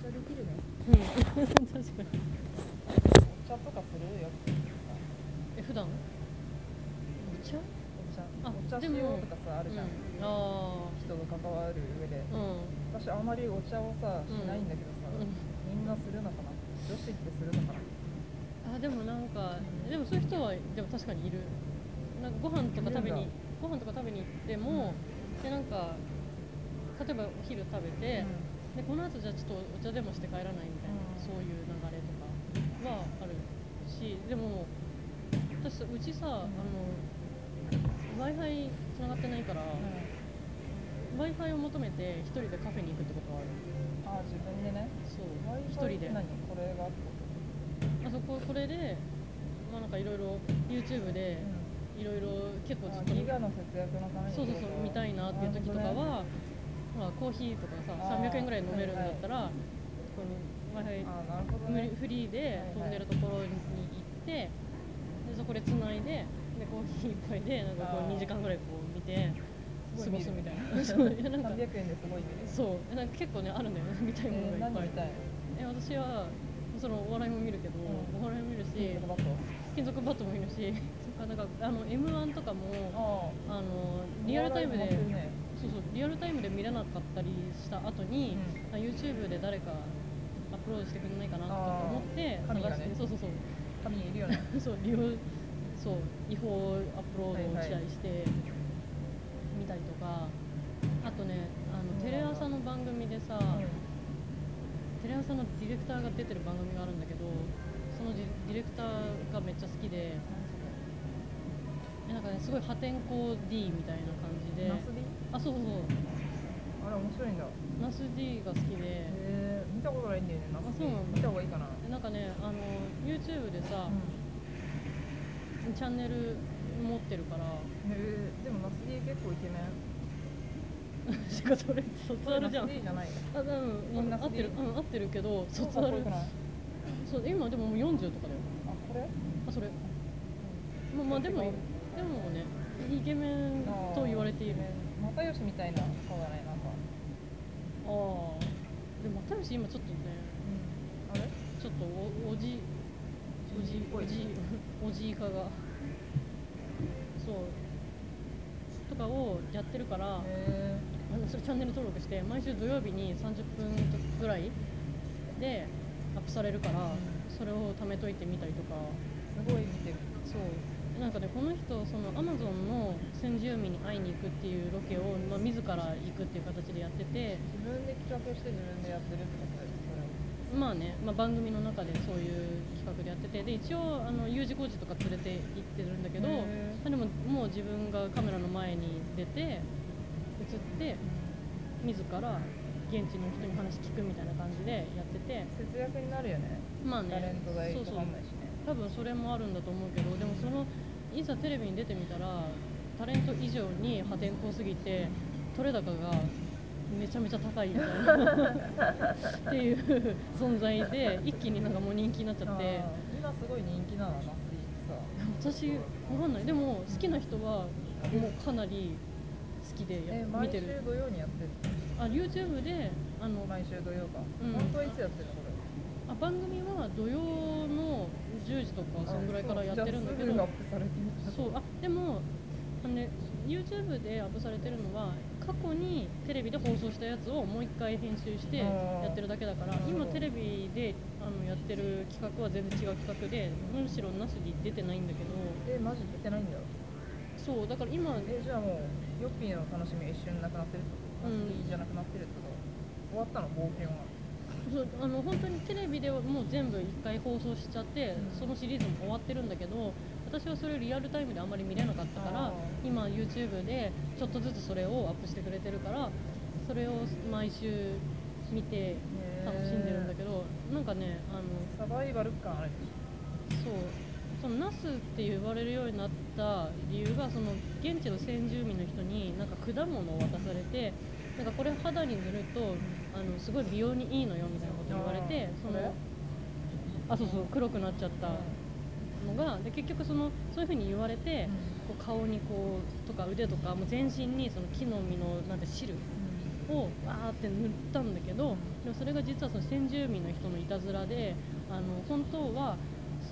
おうん確かに茶とかするよくえ普段お茶あお茶お茶でしもようとかさあるじゃん、うん、あ人と関わる上であうん私あまりお茶をさしないんだけどさ、うんみんなするのかな女子ってするのかなあでもなんかでもそういう人はでも確かにいるなんかご飯とか食べいるにんだご飯とか食べに行っても、でなんか例えばお昼食べて、でこの後じゃあちょっとお茶でもして帰らないみたいな、うんそういう流れとかはあるしでも私うちさ、あの w i f i つながってないから、うん、うん w i f i を求めて一人でカフェに行くってことはあるあ自分でねそう一 Wi-Fi 人でって何これがあってあそここれでまあなんかいろいろ YouTube でいろいろ結構ずっとあギガの節約のためにそうそうそう見たいなっていう時とかなるほどねは、ほらコーヒーとかさあー300円ぐらい飲めるんだったら、この w i あなるほど f ね i フリーで飛んでるところに行って、でそこでつないででコーヒー一杯でなんかこあうー2時間ぐらいこう見て過すごごい見するみたい なそういやなんか300円ですごい見るそうなんか結構ねあるんだよね見たいものえーがい何っぱい見たいえ私はそのお笑いも見るけど、うんお笑いも見るし金属バット金属バットも見るしそっかなんかあの m 1とかもああのあリアルタイムお笑いもやってるでねそうそうリアルタイムで見れなかったりした後に、あ YouTube で誰かアップロードしてくれないかなとかって思ってあー神が探して、ねそうそうそう 神いるよねそう利用そう違法アップロードをはい試合はいして見たりとか、あとねあのそうテなんだレ朝の番組でさ、うテレ朝のディレクターが出てる番組があるんだけどそのディレクターがめっちゃ好きでえなんかねすごい破天荒 D みたいな感じんでナス D あそうそうあれ面白いんだへナス D が好きでえ見たことないんだよねナスあそう D 見たなんだ方がいいかなえなんかねあの YouTube でさ、うんチャンネル持ってるから えーでもナス D 結構イケメンしかそれ卒アルじゃんナス D じゃないあうん、うん、ナス合ってる D うん合ってるけど卒かっアこルよくないあそう今でももう40とかだよこれあそれ、まあまあでもでもねイケメンと言われているあー又吉みたいな顔だねなんかああでも又吉今ちょっとねあれちょっとおおじおじおじおじいかがそうとかをやってるからへあのそれチャンネル登録して毎週土曜日に30分ぐらいでアップされるからそれを貯めといてみたりとかーすごい見てるそうなんかねこの人そのアマゾンの先住民に会いに行くっていうロケを、まあ、自ら行くっていう形でやってて自分で企画して自分でやってるってことだよねまあね、まあ、番組の中でそういう企画でやっててで一応あの U 字工事とか連れて行ってるんだけどへえまあでももう自分がカメラの前に出て映って自ら現地の人に話聞くみたいな感じでやっててそれ節約になるよねまあタレねント代そうかそうかんないしね多分それもあるんだと思うけどでもそのいざテレビに出てみたらタレント以上に破天荒すぎて取れ高がめちゃめちゃ高いみたいなっていう存在 で一気になんかもう人気になっちゃってあー今すごい人気なのナス D ってさ私わかんないでも好きな人はもうかなり好きでやえ見毎て週る土曜にやってるあ YouTube であのの毎週土曜か、うん本当はいつやってるのこれあ番組は土曜の10時とかそんぐらいからやってるんだけあそうじゃあすぐアッどプされてるそうあでもあの、ね、YouTube でアップされてるのは過去にテレビで放送したやつをもう一回編集してあーやってるだけだかならるほど今テレビであのやってる企画は全然違う企画でむしろなしに出てないんだけどえマジ出てないんだよそうだから今えじゃあもうヨッピーの楽しみは一瞬なくなってるってことうんナス D じゃなくなってるってこと終わったの冒険はそうあの本当にテレビではもう全部1回放送しちゃって、うんそのシリーズも終わってるんだけど私はそれをリアルタイムであんまり見れなかったからあー今 YouTube でちょっとずつそれをアップしてくれてるからそれを毎週見てへー楽しんでるんだけどなんかねあのサバイバル感あるそうそのナスって言われるようになった理由がその現地の先住民の人になんか果物を渡されてなんかこれ肌に塗るとあのすごい美容にいいのよみたいなこと言われてあーそそれのあそうそう黒くなっちゃったのがで結局そのそういうふうに言われてこう顔にこうとか腕とかもう全身にその木の実のなんて汁うをわーって塗ったんだけどでもそれが実はその先住民の人のいたずらであの本当は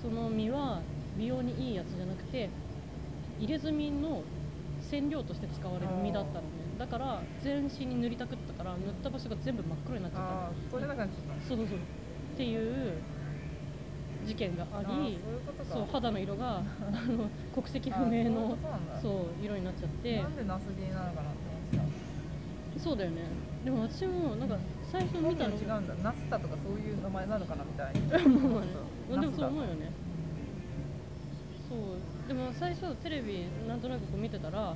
その実は美容にいいやつじゃなくて入れ墨の染料として使われる実だったのねだから全身に塗りたくったから塗った場所が全部真っ黒になっちゃったのああーこれなくなっちゃったそうそうそうっていう事件がああーそういりうことかそう肌の 色があの国籍不あ明のーそういうことなんだそう色になっちゃってなんでナス銀なのかなって思ってそうだよねでも私もなんか最初た見本た名の違うんだナスタとかそういう名前なのかなみたい 思うなよねナでもスそうだ思うよねそうでも最初テレビなんとなくこう見てたらなん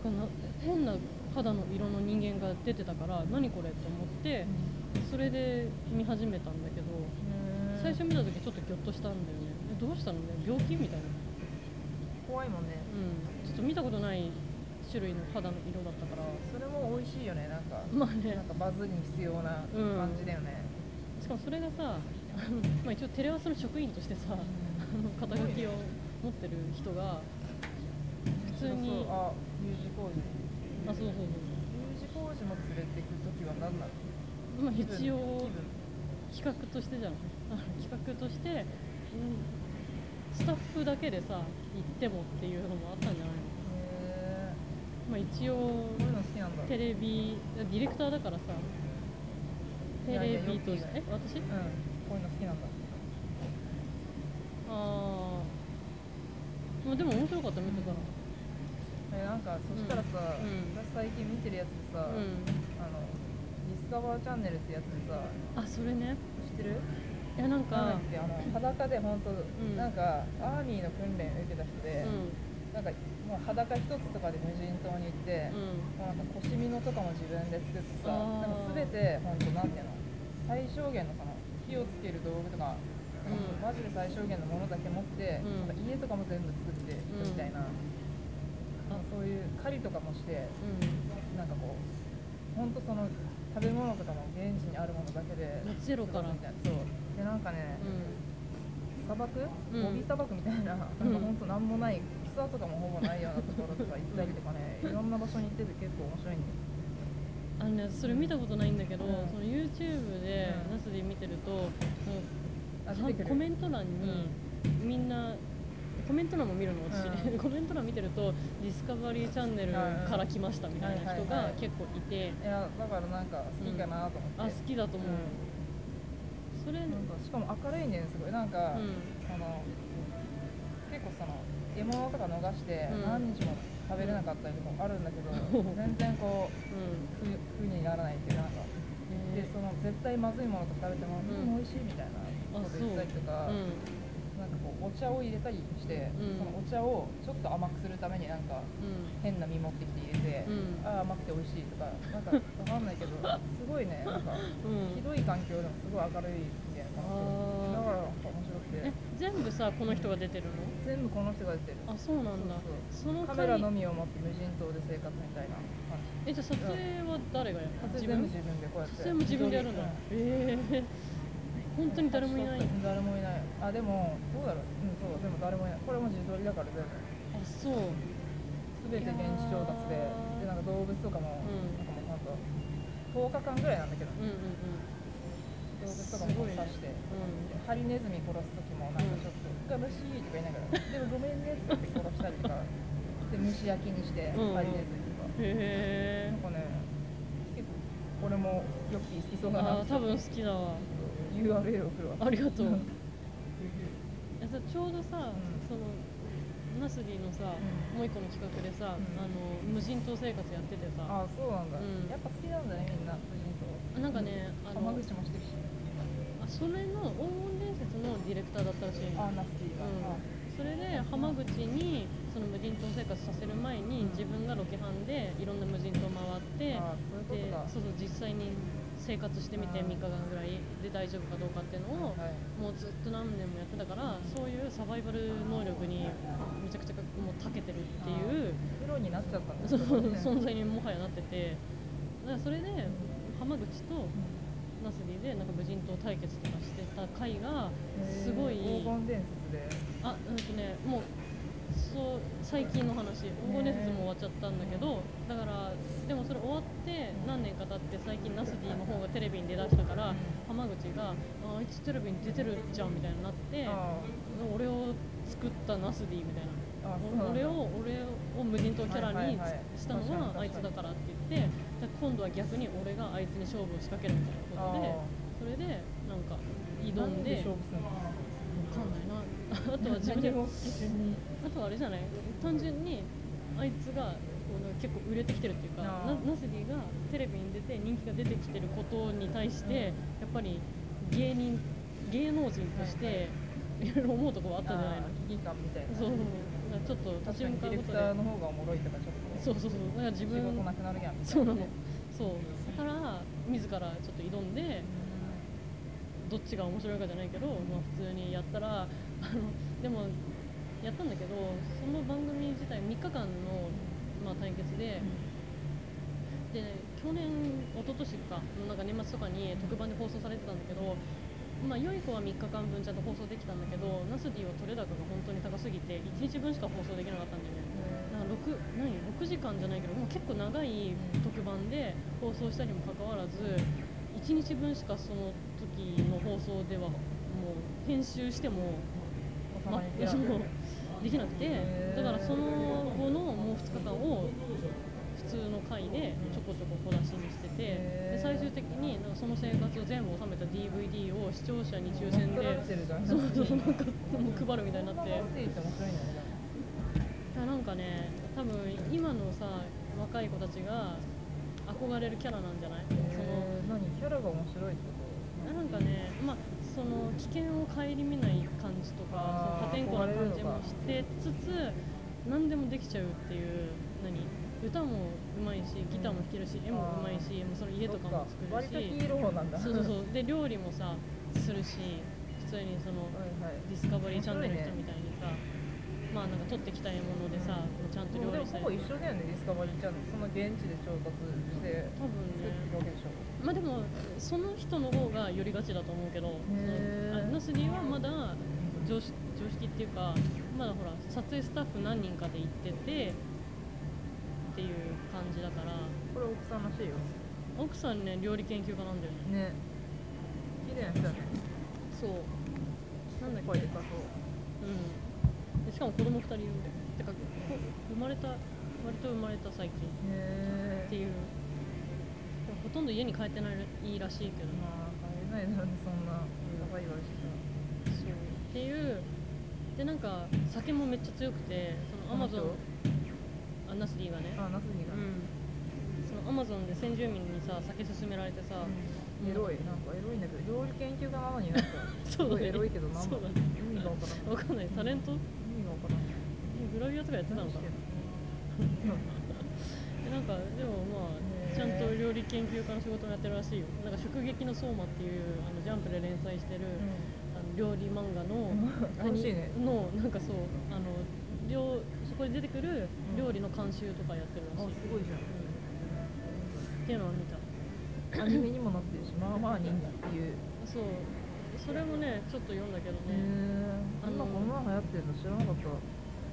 かな変な肌の色の人間が出てたから何これって思ってそれで見始めたんだけどうん最初見た時ちょっとギョッとしたんだよねえどうしたのね病気みたいな怖いもんねうんちょっと見たことない種類の肌の色だったからそれも美味しいよねなんかまあねなんかバズに必要な感じだよね、しかもそれがさ あのまあ、一応テレ朝の職員としてさ あの肩書きを持ってる人が普通にそうあ U 字工事あそうそう U 字工事も連れてく時は何なのそうまあ気分一応気分企画としてじゃんあの企画として、うん、スタッフだけでさ行ってもっていうのもあったんじゃないへのまあ一応ーこういうの好きなんだテレビディレクターだからさテレビとしてえ私うんこういうの好きなんだああまあでも面白かった見てたらえなんかそしたらさ、うん私最近見てるやつでさ、うあのディスカバーチャンネルってやつでさんあそれね知ってるいやなんなんだかっけあの裸で本当、んなんかアーミーの訓練受けた人で、なんかもう裸一つとかで無人島に行ってうん、もううんなんか腰みのとかも自分で作ってさあなーんか全て本当なんていうの最小限のその火をつける道具とか、うんマジで最小限のものだけ持って、うんなんか家とかも全部作っていくみたいな、なんかそういう狩りとかもしてうなんかこう本当その食べ物とかも現地にあるものだけでもうゼロから過ごすみたいなそうでなんかね、砂漠うんゴビ砂漠みたいな、なんかうん本当なんもない草とかもほぼないようなところとか行ったりとかね、いろんな場所に行ってて結構面白いんですん、あのねそれ見たことないんだけど、うんその YouTube で、うんナスで見てると、あその出てくるコメント欄にみんな、コメント欄も見るの私、 うんコメント欄見てると「ディスカバリーチャンネルから来ました」みたいな人はいがはいはい結構いて、いやだからなんか好きかなと思って、あ好きだと思う、それ、ううんんなんかしかも明るいねすごいなんか、あの結構その獲物とか逃してうん何日も食べれなかったりとかもあるんだけど、全然こう苦苦にならないっていうなんかうんでその絶対まずいものとか食べても、ううんん、美味しいみたいなこと言ったりとか、うなんかこうお茶を入れたりして、うんそのお茶をちょっと甘くするためになんか変な実持ってきて入れて、んうんああ甘くて美味しいとかなんかわかんないけどすごいねなんかうんひどい環境でもすごい明るいみたいな感じであだーからなんか面白くてえ全部さこの人が出てるの全部この人が出てるあそうなんだそうそのカメラ回のみを持って無人島で生活みたいな感じえじゃあ撮影は誰がやるの撮影全部自分でこうやって撮影も自分でやるんだ、うんええ本当に誰もいないうあん誰もいないあでもどうだろううんそうでも誰もいないこれも自撮りだから全部そう全て現地調達でいでやーなんか動物とかも、うんなんかもうほんと10日間ぐらいなんだけどうんう動物んとかもこう刺して、うハリネズミ殺す時もなんかちょっと悲しいとか言いながら、でもごめんねとかって殺したりと かで蒸し焼きにしてうんうんハリネズミとか、うんへなんえかね結構これもヨッピー好きそうだなっあて多分好きだわ URL 送るわありがとううんえさちょうどさ、うんそのナスディのさ、うんもう一個の企画でさ、うんあの無人島生活やっててさあそうなんだ、うんやっぱ好きなんだねみんな無人島なんかね、あ浜の口もしてるしあそれの黄金伝説のディレクターだったらしいのあナスティが、あうん、それで浜口にその無人島生活させる前に自分がロケハンでいろんな無人島回ってあそういうでことかそうそう実際に生活してみてあ3ー日間ぐらいで大丈夫かどうかっていうのをはいもうずっと何年もやってたからそういうサバイバル能力にめちゃくちゃもう長けてるっていうプロになっちゃったんだそうそれね存在にもはやなっててだからそれで浜口とナスディでなんか無人島対決とかしてた回がうんすごへいー黄金伝説であうんとねもうそう最近の話黄金伝説も終わっちゃったんだけどだからでもそれ終わって何年か経って最近ナスディの方がテレビに出だしたから浜口がああいつテレビに出てるじゃんみたいになってあ俺を作ったナスディみたいなあそうなんだ俺を俺を無人島キャラにはいはいはいしたのはあいつだからって言ってで今度は逆に俺があいつに勝負を仕掛けるみたいなことであそれでなんか挑なんんでで勝負するのわかんないなあとは自分で何を基準にあとはあれじゃない単純にあいつがこうなんか結構売れてきてるっていうかあなーナスリがテレビに出て人気が出てきてることに対して、やっぱり芸人芸能人としていろいろ思うとこはあったんじゃないのあー危機感みたいなそうだからちょっと立確ちか向にデかィうレこクとターでの方がおもろいとかちょっそうそうそうだから自と仕分事なくなるやんみたいそうななのそうだから自らちょっと挑んでどっちが面白いかじゃないけど、まあ、普通にやったらあのでもやったんだけどその番組自体3日間の、まあ、対決で、で去年一昨年かなんか年末とかに特番で放送されてたんだけど、まあ、良い子は3日間分ちゃんと放送できたんだけどナスディは取れ高が本当に高すぎて1日分しか放送できなかったんだよね。なんか 6, 何6時間じゃないけどもう結構長い特番で放送したにもかかわらず1日分しかその時の放送ではもう編集しても、収まりきらないまそうできなくてへーだからその後のもう2日間を普通の回でちょこちょこ小出しにしててへーで最終的になんかその生活を全部収めた DVD を視聴者に抽選な ってでるじゃんそうそうなんかもう配るみたいになそんなってこ。と言って面白いんだよねいやなんかね多分今のさ若い子たちが憧れるキャラなんじゃないそのえー何キャラが面白いってことなんかね、まあ、その危険を顧みない感じとかあーその破天荒な感じもしてつつ何でもできちゃうっていう何歌もうまいしギターも弾けるし絵もうまいしもうその家とかも作そっ割とるヒしーローなんだそうそうそうで料理もさするし普通にその。はいはいディスカバリーチャンネルの人みいたいにさ、まあなんか取ってきた獲物でさ、もうちゃんとでも料理したほりぼとか一緒だよねディスカバリーチャンネルその現地で調達して多分作ってるねわけでしょまあでもその人の方が寄りがちだと思うけどへそーのあナスディはまだ常識常識っていうかまだほら撮影スタッフ何人かで行っててっていう感じだからこれ奥さんらしいよ奥さんね料理研究家なんだよねね綺麗な人だねそうなんだっ声けでかそううんでしかも子供2人いるんだよてかこ生まれた割と生まれた最近へっていうでもほとんど家に帰ってないらいいらしいけどまあな帰れないだろうねそんなうんサバイバルしてそうっていうでなんか酒もめっちゃ強くてそのアマゾン本あナスディがねたらあナスにうがんそのアマゾンで先住民にさ酒勧められてさ、エロいなんかエロいんだけど料理研究家なのになんかそうだねエロいけどなんだそうろだうね意味がわからんわかんないタレント意味がわからんグラビアとかやってたの何しかてんのなでなんかでもまへーあちゃんと料理研究家の仕事もやってるらしいよなんか「祝撃の相馬」っていうあのジャンプで連載してる、あの料理漫画のうん楽しいね何のなんかそうあの料そこに出てくるうん料理の監修とかやってるらあしい、うん、っすごいじていうのを見たゃんアニメにもなってるしまあまあ人気っていうそうそれもねちょっと読んだけどへね、えあんなこんなの流行ってるの知らなかった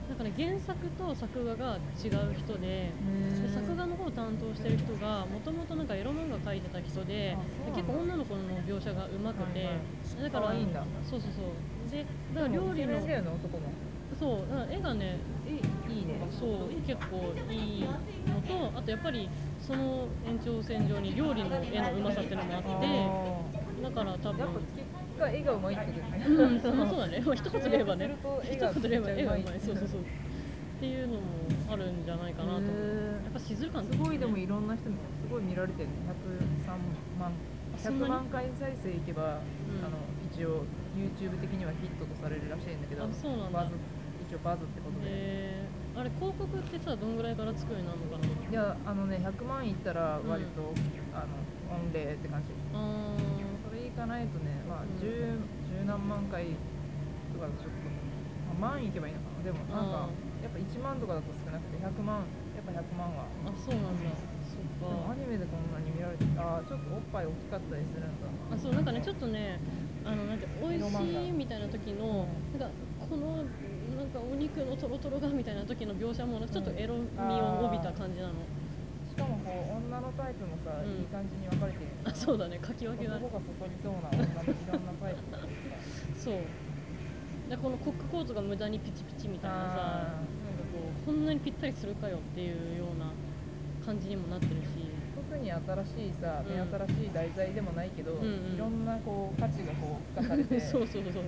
なんかね原作と作画が違う人でで作画の方を担当してる人がもともとなんかエロ漫画描いてた人であそうなんだ結構女の子の描写がうまくて、はいはいだから可愛いんだそうそうそうでだから料理イケメのンだよね男のそうだから絵がねえいいねそう結構いいのとあとやっぱりその延長線上に料理の絵のうまさってのもあっあてだから多ーやっぱ分月が絵がうまいってことねうんそまあそうだね まあ一言で言えばね一一言で言えば絵がうまいそうそううそうっていうのもあるんじゃないかなと思うへやっぱしずる感ーすごいでもいいろんな人にすごい見られてるね103万あそんな100に万回再生いけば、うんあの一応 YouTube 的にはヒットとされるらしいんだけどあそうなんだバズ一応バズってことで、えー、あれ広告ってさどんぐらいからつくようになるのかないやあのね100万いったら割と、うあの御礼って感じあそれいかないとねまあうん 10, 10何万回とかだとちょっと、まあ、万いけばいいのかなでもなんかやっぱ1万とかだと少なくて100万やっぱ100万はーあそうなんだでそっもかアニメでこんなに見られてああちょっとおっぱい大きかったりするんだあそうなんかねちょっとねあのなんて美味しいみたいな時のなんかこのなんかお肉のトロトロがみたいな時の描写もなんかちょっとエロみを帯びた感じなの、しかもこう女のタイプもさ、うんいい感じに分かれてるよねあそうだね書き分けだ男がそそりそうな女のいろんなタイプという かそうでこのコックコートが無駄にピチピチみたいなさなんかあこうこんなにぴったりするかよっていうような感じにもなってるし特に新しいさうん目新しい題材でもないけど、うんうんいろんなこう価値がこう付加されて そうそうそう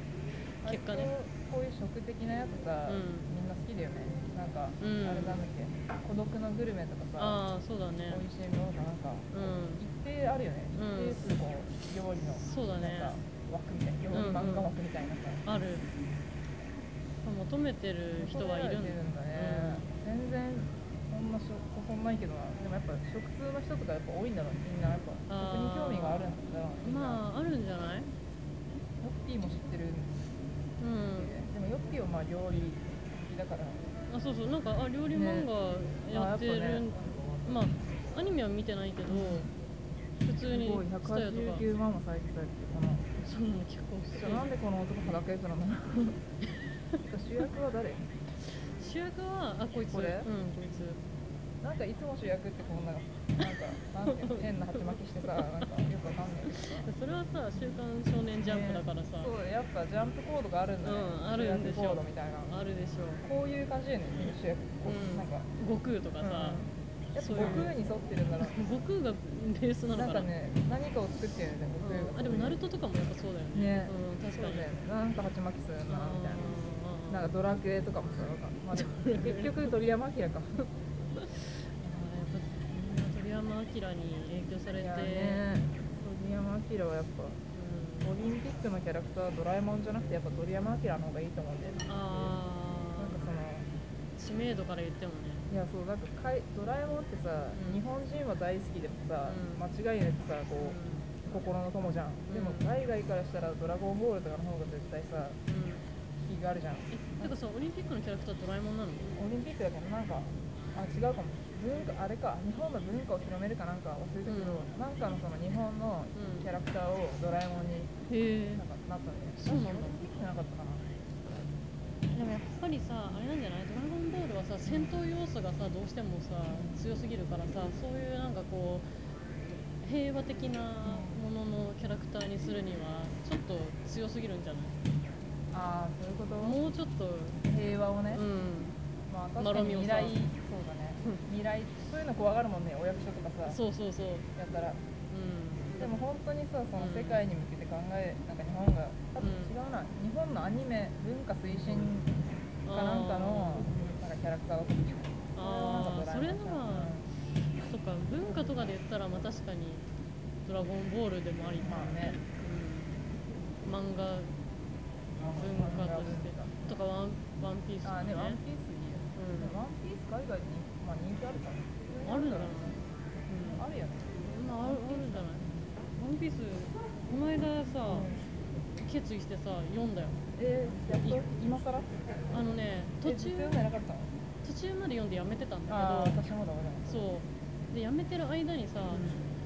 割結と果ねこういう食的なやつさ、うんみんな好きだよねなんか、うんあれなんだっけ孤独のグルメとかさああそうだね美味しいものとかなんかうん一定あるよね一うん定数こう料理のそうだねなんか枠みたいな料理漫画枠みたいなさ、ある求めてる人はいる求んめられてるんだね、全然そんなしょそんないけどなでもやっぱ食通の人とかやっぱ多いんだろうねみんなやっぱあー食に興味があるんだろうねうみんんな、まああるんじゃないヨッピーも知ってるんで、うでもヨッピーはまあ料理好きだからんあそうそうなんかあ料理漫画やってる、あやっぱねまあアニメは見てないけど普通にすごいツタヤとか189万も再生されてるかなそうなの結構すじごゃいあなんでこの男裸エ プロンなの主役は誰主役はあこいつこれうんこいつなんかいつも主役ってこんななんかなんていうの変な鉢巻きしてさなんかよくわかんないけどさそれはさ「週刊少年ジャンプ」だからさ、ねそうやっぱジャンプコードがあるんだね、うんあるんでし主役コょードみたいなあるでしょうこういう感じだよねみんな主役こう、うんなんか悟空とかさ、うんやっぱ悟空に沿ってるんだろう悟空がベースななのんかかなね何かを作ってるよね悟う空が、ん、あでもナルトとかもやっぱそうだよねねうん、確かそうにだよねなんか鉢巻きするなみたいうんななんかドラクエとかもそうか、まあ、でもドラクエ結局鳥山明かあやっぱみんな鳥山明に影響されいて、やね鳥山明はやっぱうんオリンピックのキャラクターはドラえもんじゃなくてやっぱ鳥山明の方がいいと思うんだよねなあんかそのー知名度から言ってもねいやそうなんかかいドラえもんってさ、うん日本人は大好きでもさ、うん間違いなくさこう、う心の友じゃん、でもうん海外からしたら「ドラゴンボール」とかの方が絶対さん、うん、引きがあるじゃんえてかさオリンピックのキャラクタードラえもんなのオリンピックだけどなんかあ違うかも文化あれか日本の文化を広めるかなんか忘れたけど、うなんかのその日本のうんキャラクターをドラえもんにへえなんかなったんだよねそうなんオだリンピックじゃなかったかなでもやっぱりさあれなんじゃない「ドラゴンボール」はさ戦闘要素がさどうしてもさ強すぎるからさそういうなんかこう平和的なもののキャラクターにするにはちょっと強すぎるんじゃないああそういうこともうちょっと平和をね、うんまあ確かに未丸来みをそうさだね未来そういうの怖がるもんねお役所とかさそうそうそうやったらうんでも本当にさその世界に向けて考えなんか日本が多分違うな、日本のアニメ文化推進かなんかのなんかキャラクターが取ってきたあーこれはなんかドラえもんじゃんそれならそっか文化とかで言ったらまあ確かに「ドラゴンボール」でもありうんかまあねうん漫画文化としてとかワン「ワンピースとあかーねねワンピースいいよ、うんでもワンピース海外に、まあ、人気あるからあるんじゃない、あるよねうん、まああるあるんじゃないワンピースこの間さ決意してさ読んだよえー、やっと今更あのね途えずっ中と読んでなかったの途中まで読んでやめてたんああだけど私もだ俺もそうでやめてる間にさ、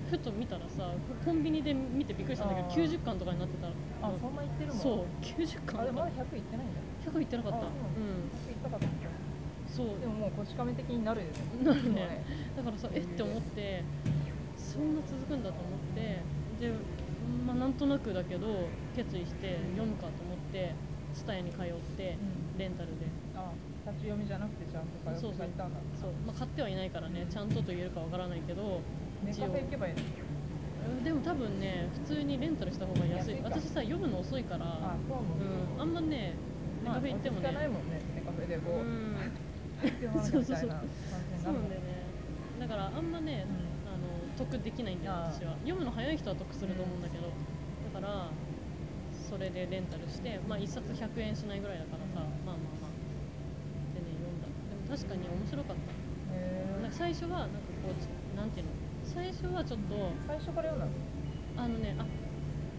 ふと見たらさコンビニで見てびっくりしたんだけどあー90巻とかになってたのあそんな言ってるもんそう90あ巻れとまかだ100いってないんだよ100いってなかったうあそうなんだ100いったかんと思ったそうでももうこち亀的になるよね。なるねもうだからさえって思ってそんな続くんだと思ってでまあなんとなくだけど決意して読むかと思って蔦屋に通ってうんレンタルであ、立ち読みじゃなくてちゃんと買そううそう買ったんだ。そう、まあ、買ってはいないからねちゃんとと言えるかわからないけどネ一カフ応ェ行けばいいの。でも多分ね普通にレンタルした方が安安いいか私さ読むの遅いからあ、そうもんね。うん、あんまねネカフェ行ってもまあ落ち着かないねもんね。ネカフェでうこう、んって話みたいな感じになそうるもなんんだよね。ねだからあんまね、うあの得できないんだよあー私は読むの早い人は得すると思うんだけど、だからそれでレンタルしてまあ1冊100円しないぐらいだからさ、うんまあまあまあでね読んだでも確かに面白かったへーなんか最初はなんかこうちなんていうの最初はちょっと最初から読んだの。あのねあ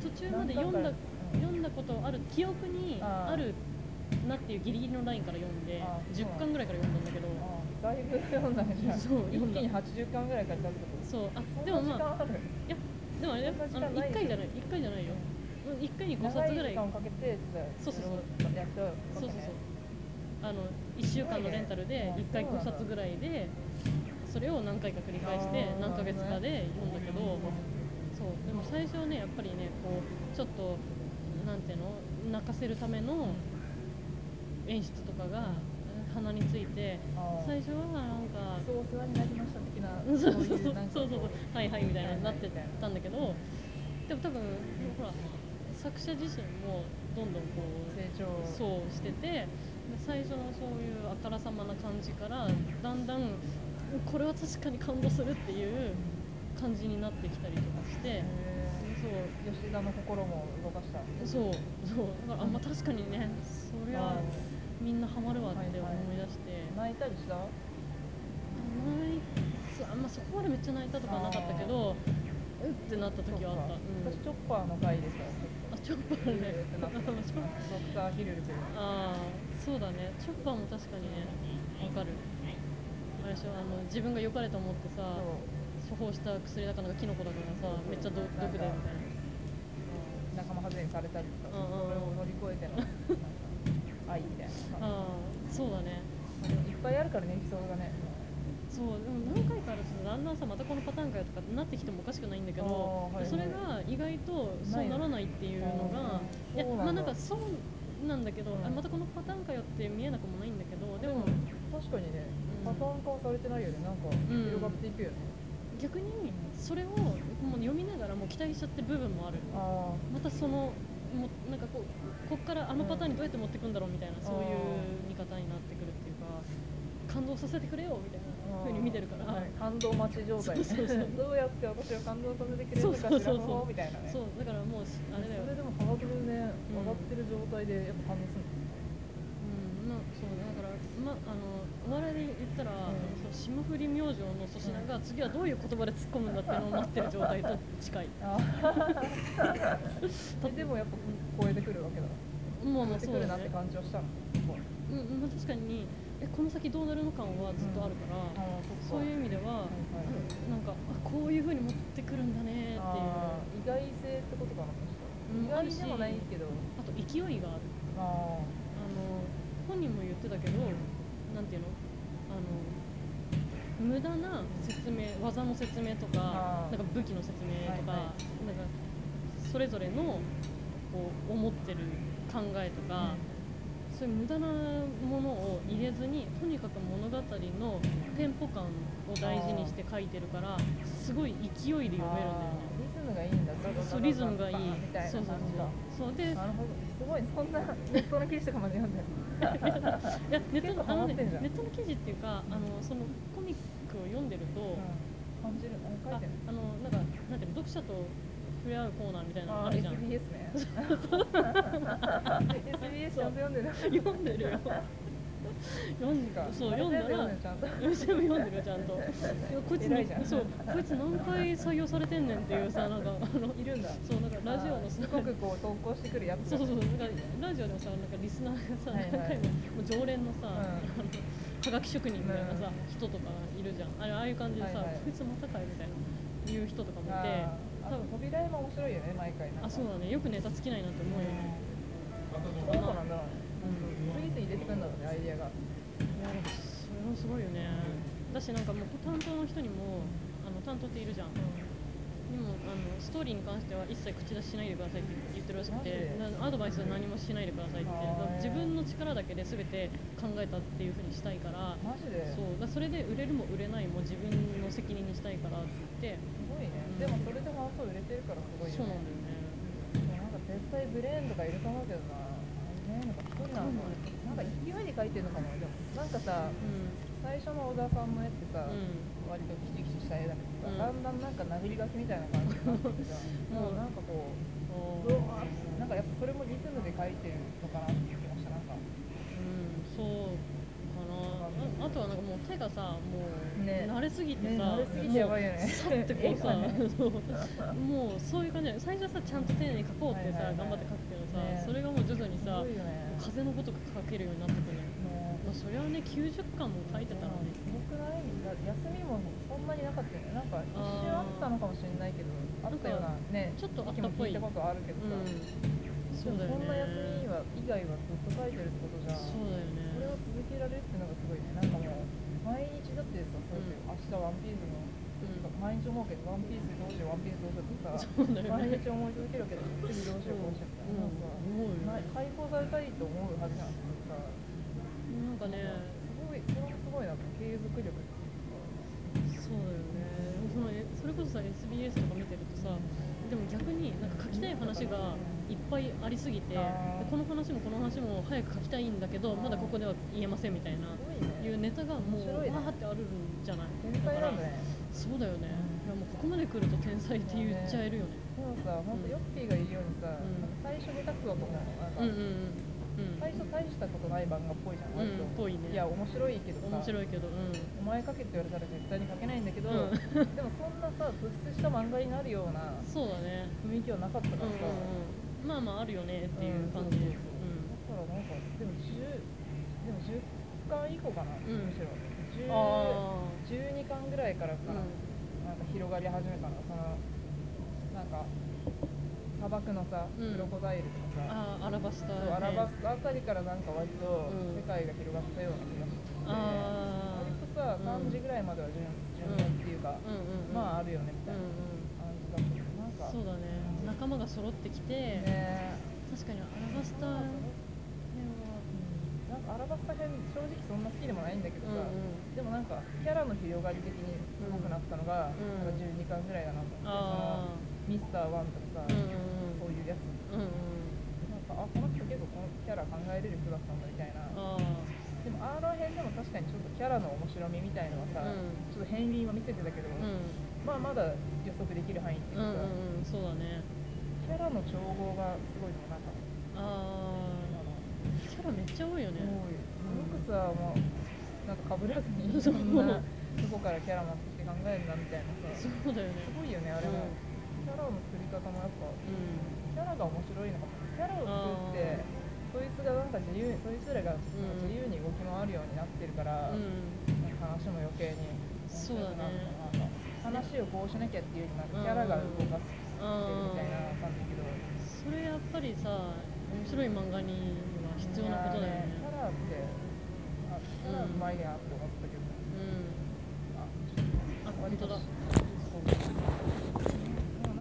途中まで読んだ何回か読んだことある記憶にあーあるなっていうギリギリのラインから読んであーそうなん10だ巻ぐらいから読んだんだけどあ、だいぶ読んだねじゃあ。 そう読んだ一気に80巻ぐらいから出すこと。そうそあんなでもまあ時間ある。いやでもあれだよそんな時あ間のないよ1回じゃない1回じゃないよ、一回に5長冊いぐ時らい間をかけてそうそうそうちょっとやっちゃうわけねそうそうそうあの1週間のレンタルで1回5冊ぐらいでそれを何回か繰り返してあー何ヶ月かで読んだけどそうでも最初はねやっぱりねこうちょっとなんていうの泣かせるための演出とかが鼻についてあー最初はなんかそうお世話になりました的なそうそうそういそうなんかそうそうこはいはいみたいなはいにはないってたんだけどでも多分ほら作者自身もどんどんこう成長そうしててで最初のそういうあからさまな感じからだんだんこれは確かに感動するっていう感じになってきたりとかしてへそー吉田の心も動かしたうそうそうだからあんま確かにねそりゃみんなハマるわって思い出して、泣いたりした泣いそうあんまそこまでめっちゃ泣いたとかはなかったけどうってなった時はあったそっか私チうョッパーの回でさん、あチョッパちょっとーねえーって なったチョッパードクターヒルル君ああそうだねチョッパーも確かにねわかるあれでしょあの自分が良かれと思ってさそう処方した薬だかなんかキノコだからさめっちゃ毒毒でみたいな仲間外れにされたりとかうんうんうんそれを乗り越えて のなんか愛みたいなまあああそうだねいっぱいあるからねエピソードがねそうでも何回かあるとだんだんさまたこのパターンかよとかなってきてもおかしくないんだけど、あーはいはいそれが意外とそうならないっていうのがいなやいのまそあうなんだなんかそうなんだけど、うんあまたこのパターンかよって見えなくもないんだけどでも確かにねうパんターン化はされてないよねなんかん広がっていくよね逆にそれをもう読みながらもう期待しちゃってる部分もあるああまたそのもうなんかこうこっからあのパターンにどうやって持っていくんだろうみたいな、んそういう見方になってくるっていうか感動させてくれよみたいな風に見てるから、はい感動待ち状態ねそうそうそうどうやって私を感動させてくれるのかしらそうそうそうそうほーみたいなねそうだからもうしあれだよそれでも価格でねうん上がってる状態でやっぱ感動するうんまあ、そうだから、ま、あのお笑いで言ったら、んそう霜降り明星の粗品が次はどういう言葉で突っ込むんだっていうのを待ってる状態と近いああでもやっぱ超えてくるわけだもうも超えてうそくうるなだってね、感じはしたのうんうんまあ、確かにえこの先どうなるの感はずっとあるから、ああそっかそういう意味では、はいはいなんかあこういうふうに持ってくるんだねっていうああー意外性ってことかなうん確かに意外でもないけどと勢いがあるああの本人も言ってたけどなんていうのあの無駄な説明技の説明とかあーなんか武器の説明とか,、はいはなんかそれぞれのこう思ってる考えとあか、そういう無駄なものを入れずにとにかく物語のテンポ感を大事にして書いてるからすごい勢いで読めるんだよねあーリズムがいいんだザザザザそうリズムがいいバンみたいなそうそう感じだそうそうでいなるほどすごいそんなネットの記事とかまで読んでるやネッ結ト構のあの、ハマってね、んじゃんネットの記事っていうかあのそのコミックを読んでると、感じるあ書いあてるあのなんかなんていうの読者と触れ合うコーナーみたいなのああるじゃん SBS ね SBS ちゃんと読んでる読んで るよ読んかそうあれ読んだら全部読んでるちゃんと 全部読んでるよちゃんといやこいつ偉いじゃんそうこいつ何回採用されてんねんっていう さなんかあのいるんだそうなんかラジオのあーさすごくこう投稿してくるやつそうそうそうなんかラジオでもさなんかリスナーがさ、はいはい何回ももう常連のさ、んあの科学職人みたいなさ、う人とかいるじゃんあれああいう感じでさ、はいはいこいつまたかいみたいな言う人とかもいてあーあ多と分扉絵も面白いよね毎回なんかあそうだねよくネタ尽きないなと思うよ、ねそうなんだろうね次々出てくるんだろうねアイデアがいやでもそれもすごいよねだしなんかもう担当の人にもあの担当っているじゃんでもあのストーリーに関しては一切口出ししないでくださいって言ってるらしくてマジでなアドバイスは何もしないでくださいってあーだから自分の力だけで全て考えたっていうふうにしたいからマジですそうだそれで売れるも売れないも自分の責任にしたいからって言ってごいねでもそれでもそう売れてるからすごいよそうなねんだでもよねなんか絶対ブレーンとかいると思うけどなブレーンとか一人なのかななんか勢いで書いてるのかもでもなんかさう最初の小沢さんの絵ってさ、んうん割とキチキチした絵だけどさ、うんだんだんなんか殴り書きみたいな感じになってきてさ うんもうなんかこうおうーわーってなんかやっぱそれもリズムで書いてるのかなって気がしたなんかうんそうかなああとはなんかもう手がさもうね慣れすぎてさ、ね慣れすぎてやばいよねもうさってこうさ、そうもうそういう感じで最初はさちゃんと丁寧に書こうってさ、はいはいはい頑張って書くけどさ、ねそれがもう徐々にすさごいよね風のごとく書けるようになってくるのもよまあそれはね90巻も書いてたらねすごくないだ休みもそんなになかったよねなんか一瞬あったのかもしれないけどあったようなねちょっとあった時もっぽ聞いいたことあるけどさ、うんそうだでもよこんねな休みは以外はずっと書いてるってことじゃんそうだよそれをね続けられるってのがすごいねなんかもう毎日だってさそうやって明日うんワンピースの、毎日思うけどワンピースどうしようワンピースどうしようってさうんそうだよ毎ね日思い続けるけど次どうしようこうしようみたいな、もうさうん思うよねな解放されたいと思うはずじゃんさなんかねすごいそれもすごいな継続力っていうそうだよねそのえそれこそさ SBS とか見てるとさでも逆になんか書きたい話がいっぱいありすぎてであーこの話もこの話も早く書きたいんだけどまだここでは言えませんみたいなかすごいねいうネタがも面う白わいねーってあるんじゃない天才なんだからねそうだよねいやもうここまで来ると天才って言っちゃえるよねでもさ本当ヨッピーが言うようにさ、んなんか最初下手くそだと思うのなんか、うんうんうん最初大したことない漫画っぽいじゃん、割とうんぽいねや面白いけどうんさ面白いけどうんお前書けって言われたら絶対に書けないんだけど、うんでもそんなさ突出した漫画になるようなそうだね雰囲気はなかったうんからうんさ、うんまあまああるよねっていう感じんうそうそんうそうだからなんかでも10でも10巻以降かな、んむしろ10あ12巻ぐらいからかな、あなんか広がり始めたのそのなんか砂漠のさうんクロコダイルとかさ、ああアラバスタそうアラバスあたりからなんか割とうん世界が広がったような気がして、あー割とさう3ん時ぐらいまでは順順延っていうか、うんうんうんまああるよねみうたいんな感うじだったけどなんかんそうだね仲間が揃ってきて、ね確かにアラバスタな編はんかなんかアラバスタ編正直そんな好きでもないんだけどさ、うんでもなんかキャラの広がり的にすごくなったのが、うんなんか12巻ぐらいだなと思って、そあのミスターワンとかさ、うんうんうんそういうやつうんうんなんかあこの人結構このキャラ考えれる人だったんだみたいなあでもあの辺でも確かにちょっとキャラの面白みみたいのはさ、うんちょっと片鱗は見せてたけど、ーうんまあまだ予測できる範囲っていううかん、うんうんそうだねキャラの調合がすごいでもなんかあーキャラめっちゃ多いよ多いねよくさもうなんか被らずにそそうこんなどこからキャラ持ってきて考えるんだみたいなさすそうだよねごいよねあれも、うんキャラの作り方もやっぱうキャラが面白いのかもキャラを作ってそいつがなんか自由そいつらがなんか自由に動き回るようになってるから、なん、うんん、か話も余計にそうだねなんか話をこうしなきゃっていうよりなんかキャラが動かしてるみたいな感じだけど、それやっぱりさ面白い漫画には必要なことだよねいやーキャラってあキャラうまいなって思ったけど、うんああ本当終だわり